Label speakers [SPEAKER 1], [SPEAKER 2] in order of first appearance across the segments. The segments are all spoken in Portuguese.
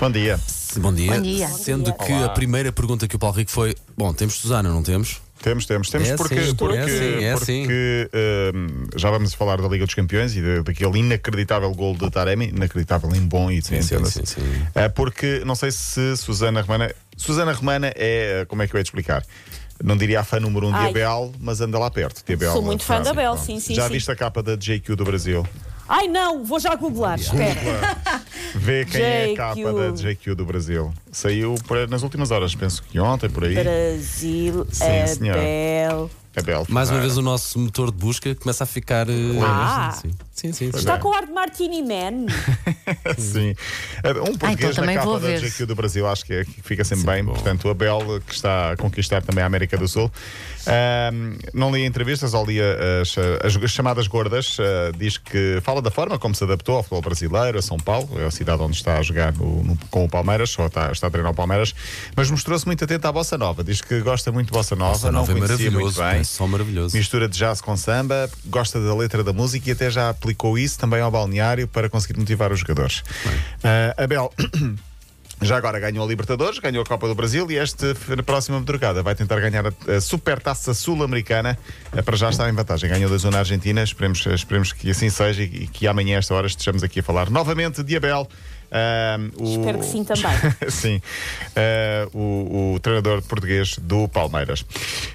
[SPEAKER 1] Bom dia.
[SPEAKER 2] Bom dia.
[SPEAKER 3] Bom dia.
[SPEAKER 2] Sendo que a primeira pergunta que o Paulo Rico foi: Bom, temos Susana, não temos?
[SPEAKER 1] Temos, temos, temos,
[SPEAKER 2] É
[SPEAKER 1] porque,
[SPEAKER 2] assim,
[SPEAKER 1] porque,
[SPEAKER 2] é assim, é assim.
[SPEAKER 1] porque, hum, já vamos falar da Liga dos Campeões e de- daquele inacreditável gol de Taremi, inacreditável em bom e sim,
[SPEAKER 2] sim, sim.
[SPEAKER 1] Porque não sei se Susana Romana. Susana Romana é, como é que eu ia te explicar? Não diria a fã número um de
[SPEAKER 4] Ai.
[SPEAKER 1] Abel, mas anda lá perto. de Abel,
[SPEAKER 4] Sou muito fã
[SPEAKER 1] Fernando.
[SPEAKER 4] da Abel,
[SPEAKER 1] Pronto.
[SPEAKER 4] sim, sim,
[SPEAKER 1] Já
[SPEAKER 4] sim.
[SPEAKER 1] viste a capa da JQ do Brasil?
[SPEAKER 4] Ai não, vou já googlar. Espera.
[SPEAKER 1] Vê quem é a capa
[SPEAKER 4] JQ.
[SPEAKER 1] da JQ do Brasil. Saiu por- nas últimas horas, penso que ontem, por aí.
[SPEAKER 4] Brasil,
[SPEAKER 1] Sim, senhora.
[SPEAKER 4] Abel.
[SPEAKER 1] Abel.
[SPEAKER 2] Mais uma
[SPEAKER 1] Ferrara.
[SPEAKER 2] vez o nosso motor de busca começa a ficar. eh,
[SPEAKER 4] Ah.
[SPEAKER 2] sim, sim, sim. sim.
[SPEAKER 1] Pois
[SPEAKER 4] Está
[SPEAKER 1] é.
[SPEAKER 4] com o ar de Martini Man.
[SPEAKER 1] Sim. Um português na
[SPEAKER 3] Ah, então também
[SPEAKER 1] capa
[SPEAKER 3] vou
[SPEAKER 1] da
[SPEAKER 3] ver.
[SPEAKER 1] GQ do Brasil, acho que é- que fica sempre bem. Portanto, a Bel, que está a conquistar também a América do Sul. Ahm, não li entrevistas, só li as, as, chamadas gordas. Ah, diz que fala da forma como se adaptou ao futebol brasileiro, a São Paulo, é a cidade onde está a jogar no- no- com o Palmeiras, ou está, está a treinar o Palmeiras, mas mostrou-se muito atento à Bossa Nova. Diz que gosta muito de Bossa Nova,
[SPEAKER 2] Bossa Nova é
[SPEAKER 1] não conhecia muito
[SPEAKER 2] maravilhoso,
[SPEAKER 1] bem.
[SPEAKER 2] é só maravilhoso.
[SPEAKER 1] Mistura de jazz com samba, gosta da letra da música e até já aplicou isso também ao balneário para conseguir motivar os jogadores. Ah, Abel. Já agora ganhou a Libertadores, ganhou a Copa do Brasil e esta f- na próxima madrugada vai tentar ganhar a, a Supertaça Sul-Americana eh, para já estar em vantagem. Ganhou da zona argentina, esperemos, esperemos que assim seja e, e que amanhã a esta hora estejamos aqui a falar novamente de Abel. Ah, o-
[SPEAKER 4] Espero que sim também.
[SPEAKER 1] Sim, eh, o, o treinador português do Palmeiras.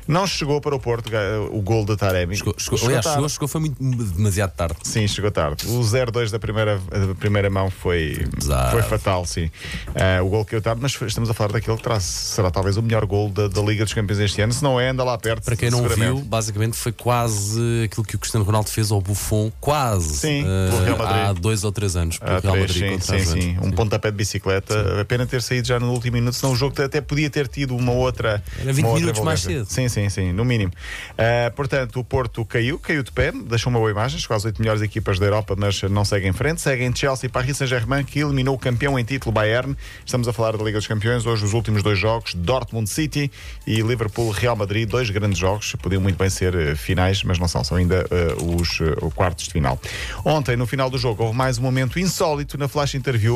[SPEAKER 1] Não chegou para o Porto eh, o gol de Taremi.
[SPEAKER 2] Chegou- chegou- aliás,
[SPEAKER 1] tarde.
[SPEAKER 2] chegou, chegou, foi muito, demasiado tarde.
[SPEAKER 1] Sim, chegou tarde. O 0-2 da primeira, da primeira mão foi,
[SPEAKER 2] Pesado.
[SPEAKER 1] foi fatal, sim. Eh, o gol que eu tarde, mas foi- estamos a falar daquele que terá- será talvez o melhor gol da, da Liga dos Campeões este ano. Se não é, anda lá perto.
[SPEAKER 2] Para quem não viu,
[SPEAKER 1] seguramente.
[SPEAKER 2] basicamente foi quase aquilo que o Cristiano Ronaldo fez ao Buffon, quase
[SPEAKER 1] Sim,
[SPEAKER 2] eh,
[SPEAKER 1] pelo Real Madrid.
[SPEAKER 2] há dois ou três anos, pelo
[SPEAKER 1] Ah,
[SPEAKER 2] Real
[SPEAKER 1] três,
[SPEAKER 2] Madrid
[SPEAKER 1] sim,
[SPEAKER 2] contra
[SPEAKER 1] sim,
[SPEAKER 2] a
[SPEAKER 1] sim.
[SPEAKER 2] Juventus.
[SPEAKER 1] Um pontapé de bicicleta. A pena ter saído já no último minuto, senão o jogo até podia ter tido uma outra.
[SPEAKER 2] Era 20
[SPEAKER 1] uma outra
[SPEAKER 2] minutos mais
[SPEAKER 1] envolvência.
[SPEAKER 2] cedo.
[SPEAKER 1] Sim, sim, sim, no mínimo. Ah, portanto, o Porto caiu, caiu de pé, deixou uma boa imagem, chegou às oito melhores equipas da Europa, mas não segue em frente. Seguem Chelsea e Paris Saint-Germain, que eliminou o campeão em título Bayern. Estamos a falar da Liga dos Campeões, hoje os últimos dois jogos, Dortmund City e Liverpool-Real Madrid, dois grandes jogos, podiam muito bem ser eh, finais, mas não são, são ainda eh, os eh, os quartos de final. Ontem, no final do jogo, houve mais um momento insólito na flash interview.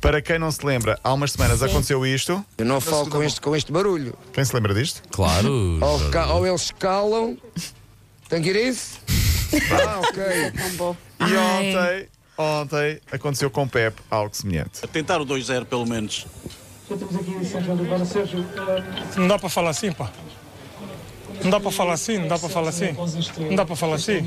[SPEAKER 1] Para quem não se lembra, há umas semanas aconteceu isto.
[SPEAKER 5] Eu não falo com este, com este barulho.
[SPEAKER 1] Quem se lembra disto? Oh,
[SPEAKER 2] Claro,
[SPEAKER 5] Ou, ca- ou eles calam. Tem que ir isso? Ah, ok.
[SPEAKER 1] E ontem, ontem aconteceu com o Pep algo semelhante.
[SPEAKER 6] Tentar o 2-0 pelo menos.
[SPEAKER 7] Já temos aqui o Sérgio Oliveira. Sérgio, eh,
[SPEAKER 8] Não dá para falar assim, pá. Não dá para falar assim, não dá para falar assim. Não dá para falar assim.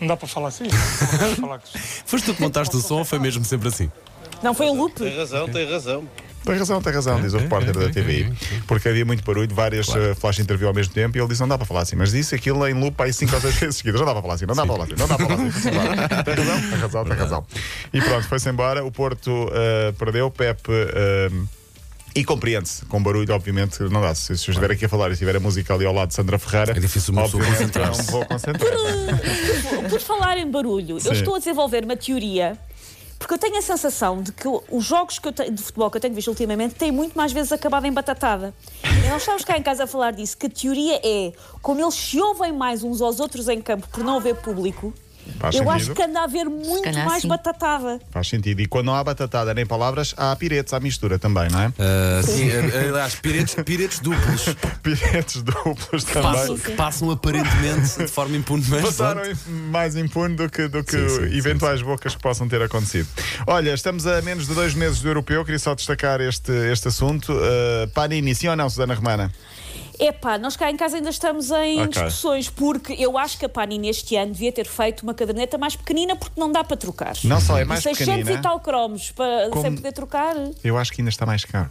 [SPEAKER 8] Não dá para falar assim. Não dá para falar assim.
[SPEAKER 2] foste tu que montaste o som ou foi mesmo sempre assim?
[SPEAKER 4] Não foi um loop?
[SPEAKER 6] razão, tem razão.
[SPEAKER 1] Tem razão, tem razão, diz o repórter da TVI. Porque havia muito barulho, várias eh, flash interview ao mesmo tempo e ele disse: não dá para falar assim, mas disse aquilo em loop aí 5 ou 6 vezes seguidas: não dá para falar assim, não dá para falar assim, não dá para falar assim. tem razão, tem razão, tem razão. E pronto, foi-se embora, o Porto eh, perdeu, o Pepe. eh, e compreende-se, com barulho, obviamente, não dá. Se, se eu estiver aqui a falar e estiver a música ali ao lado de Sandra Ferrara,
[SPEAKER 2] É difícil uma pessoa
[SPEAKER 1] obviamente não
[SPEAKER 2] concentrar-se.
[SPEAKER 1] vou concentrar.
[SPEAKER 4] Por falar em barulho,
[SPEAKER 1] Sim.
[SPEAKER 4] eu estou a desenvolver uma teoria. Porque eu tenho a sensação de que os jogos que eu te- de futebol que eu tenho visto ultimamente têm muito mais vezes acabado em batatada. E nós estamos cá em casa a falar disso, que a teoria é, como eles se ouvem mais uns aos outros em campo por não haver público,
[SPEAKER 1] Faz
[SPEAKER 4] eu
[SPEAKER 1] sentido.
[SPEAKER 4] acho que anda a haver muito
[SPEAKER 3] calhar
[SPEAKER 4] mais
[SPEAKER 3] sim.
[SPEAKER 4] batatada.
[SPEAKER 1] Faz sentido. E quando não há batatada nem palavras, há piretes, há mistura também, não é?
[SPEAKER 2] Ah, sim, ah, aliás, piretes, piretes duplos
[SPEAKER 1] Piretes duplos
[SPEAKER 2] que
[SPEAKER 1] também.
[SPEAKER 2] passam, que passam aparentemente de forma impune, mas
[SPEAKER 1] Passaram
[SPEAKER 2] pronto.
[SPEAKER 1] mais impune do que, do que
[SPEAKER 2] Sim, sim,
[SPEAKER 1] eventuais bocas que possam ter acontecido. Olha, estamos a menos de dois meses do europeu, queria só destacar este, este assunto. Uh, Panini, sim ou não, Susana Romana?
[SPEAKER 4] Epá, nós cá em casa ainda estamos em
[SPEAKER 1] Ok.
[SPEAKER 4] discussões, porque eu acho que a Panini este ano devia ter feito uma caderneta mais pequenina, porque não dá para trocar.
[SPEAKER 1] Não só é
[SPEAKER 4] E
[SPEAKER 1] mais
[SPEAKER 4] 600
[SPEAKER 1] pequenina,
[SPEAKER 4] e tal cromos para, sem
[SPEAKER 1] Como-
[SPEAKER 4] poder trocar.
[SPEAKER 1] eu acho que ainda está mais caro.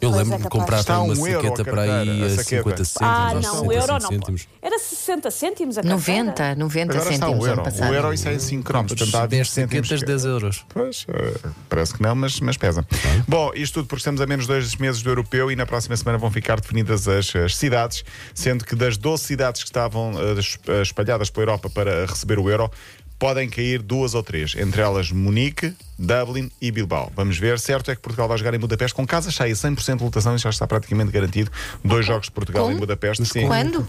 [SPEAKER 2] Eu
[SPEAKER 4] Pois é,
[SPEAKER 2] lembro-me de
[SPEAKER 4] capaz.
[SPEAKER 2] comprar
[SPEAKER 1] Está
[SPEAKER 2] uma
[SPEAKER 1] um euro a
[SPEAKER 2] saqueta para aí
[SPEAKER 1] carteira, a
[SPEAKER 2] a
[SPEAKER 1] saqueta.
[SPEAKER 2] 50 cêntimos.
[SPEAKER 4] Ah,
[SPEAKER 2] aos
[SPEAKER 4] não,
[SPEAKER 2] 65
[SPEAKER 4] o euro não.
[SPEAKER 2] cêntimos.
[SPEAKER 4] Era 60 cêntimos a carteira.
[SPEAKER 3] 90, 90
[SPEAKER 1] Agora está
[SPEAKER 3] cêntimos
[SPEAKER 1] um
[SPEAKER 3] ano
[SPEAKER 1] euro.
[SPEAKER 3] passado.
[SPEAKER 1] O euro e sai 5 cromos. Portanto, há
[SPEAKER 2] 10
[SPEAKER 1] cêntimos
[SPEAKER 2] saquetas,
[SPEAKER 1] que-
[SPEAKER 2] 10 euros.
[SPEAKER 1] Pois, eh, parece que não, mas, mas pesa. Bom, isto tudo porque estamos a menos dois meses do europeu e na próxima semana vão ficar definidas as, as cidades, sendo que das 12 cidades que estavam eh, es- eh, espalhadas pela Europa para receber o euro, podem cair duas ou três, entre elas Munique, Dublin e Bilbao. Vamos ver, certo é que Portugal vai jogar em Budapeste com casa cheia, 100% de lotação, isso já está praticamente garantido. Dois jogos de Portugal
[SPEAKER 3] Como?
[SPEAKER 1] em Budapeste, sim.
[SPEAKER 3] Quando?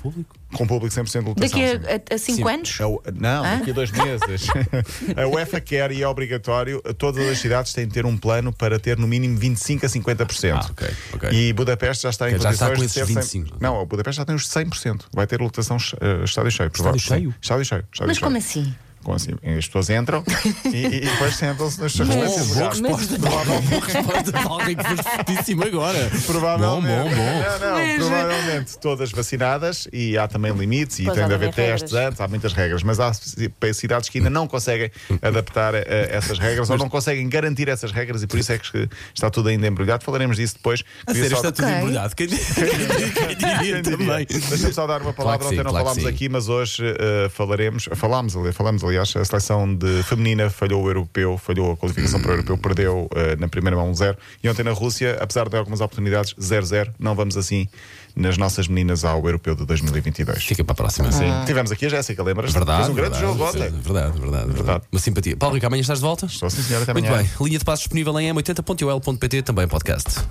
[SPEAKER 1] Com público 100% de lotação.
[SPEAKER 3] Daqui
[SPEAKER 1] sim.
[SPEAKER 3] a- a 5 anos?
[SPEAKER 1] A U- não, daqui a dois meses. a UEFA quer e é obrigatório, todas as cidades têm de ter um plano para ter no mínimo 25 a 50%.
[SPEAKER 2] Ah, ok, ok.
[SPEAKER 1] E Budapeste já está em
[SPEAKER 2] Ok, já está
[SPEAKER 1] condições
[SPEAKER 2] com
[SPEAKER 1] de ter
[SPEAKER 2] esses
[SPEAKER 1] 100%.
[SPEAKER 2] 25, ok.
[SPEAKER 1] Não, o Budapeste já tem os 100%. Vai ter lotação eh, estádio cheio. provável.
[SPEAKER 2] cheio?
[SPEAKER 1] Estádio cheio. estádio
[SPEAKER 3] Mas
[SPEAKER 1] cheio.
[SPEAKER 3] como assim?
[SPEAKER 1] Como assim? As pessoas entram e, e- e depois sentam-se nas
[SPEAKER 2] é
[SPEAKER 1] suas respectivas
[SPEAKER 2] boa
[SPEAKER 1] lugares.
[SPEAKER 2] resposta. é Boa resposta de alguém que foi fortíssimo agora.
[SPEAKER 1] Provavelmente. É,
[SPEAKER 2] Bom, bom, bom.
[SPEAKER 1] Não, não, provavelmente todas vacinadas e há também limites e
[SPEAKER 4] Pois
[SPEAKER 1] tem
[SPEAKER 4] há
[SPEAKER 1] de
[SPEAKER 4] também
[SPEAKER 1] haver testes
[SPEAKER 4] regras.
[SPEAKER 1] antes, há muitas regras, mas há ci- cidades que ainda não conseguem adaptar eh, essas regras ou não conseguem garantir essas regras e por isso é que está tudo ainda embrulhado. Falaremos disso depois.
[SPEAKER 2] A
[SPEAKER 1] Queria
[SPEAKER 2] sério, é
[SPEAKER 1] só-
[SPEAKER 2] está tudo
[SPEAKER 3] Ok.
[SPEAKER 2] embrulhado. Quem, quem diria
[SPEAKER 1] Quem diria?
[SPEAKER 2] também?
[SPEAKER 1] Deixa-me só dar uma palavra,
[SPEAKER 2] Claro que
[SPEAKER 1] ontem
[SPEAKER 2] sim,
[SPEAKER 1] não
[SPEAKER 2] claro que
[SPEAKER 1] falámos
[SPEAKER 2] sim.
[SPEAKER 1] aqui, mas hoje eh, falaremos, falámos, ali- falámos aliás, a seleção de feminina falhou o europeu, falhou a qualificação para o europeu, perdeu eh, na primeira mão 1-0 e ontem na Rússia, apesar de algumas oportunidades, 0-0, não vamos assim nas nossas meninas ao europeu de 2022.
[SPEAKER 2] Fica para a próxima.
[SPEAKER 1] Sim. Tivemos aqui a Jéssica, lembras?
[SPEAKER 2] Verdade.
[SPEAKER 1] Fez um grande
[SPEAKER 2] verdade,
[SPEAKER 1] jogo ontem.
[SPEAKER 2] Verdade, verdade, verdade,
[SPEAKER 1] Verdade.
[SPEAKER 2] Uma simpatia. Paulo Rico, amanhã estás de volta?
[SPEAKER 1] Estou sim, senhora, até
[SPEAKER 2] Muito
[SPEAKER 1] amanhã.
[SPEAKER 2] bem. Linha de passos disponível em m80.ol.pt, também podcast.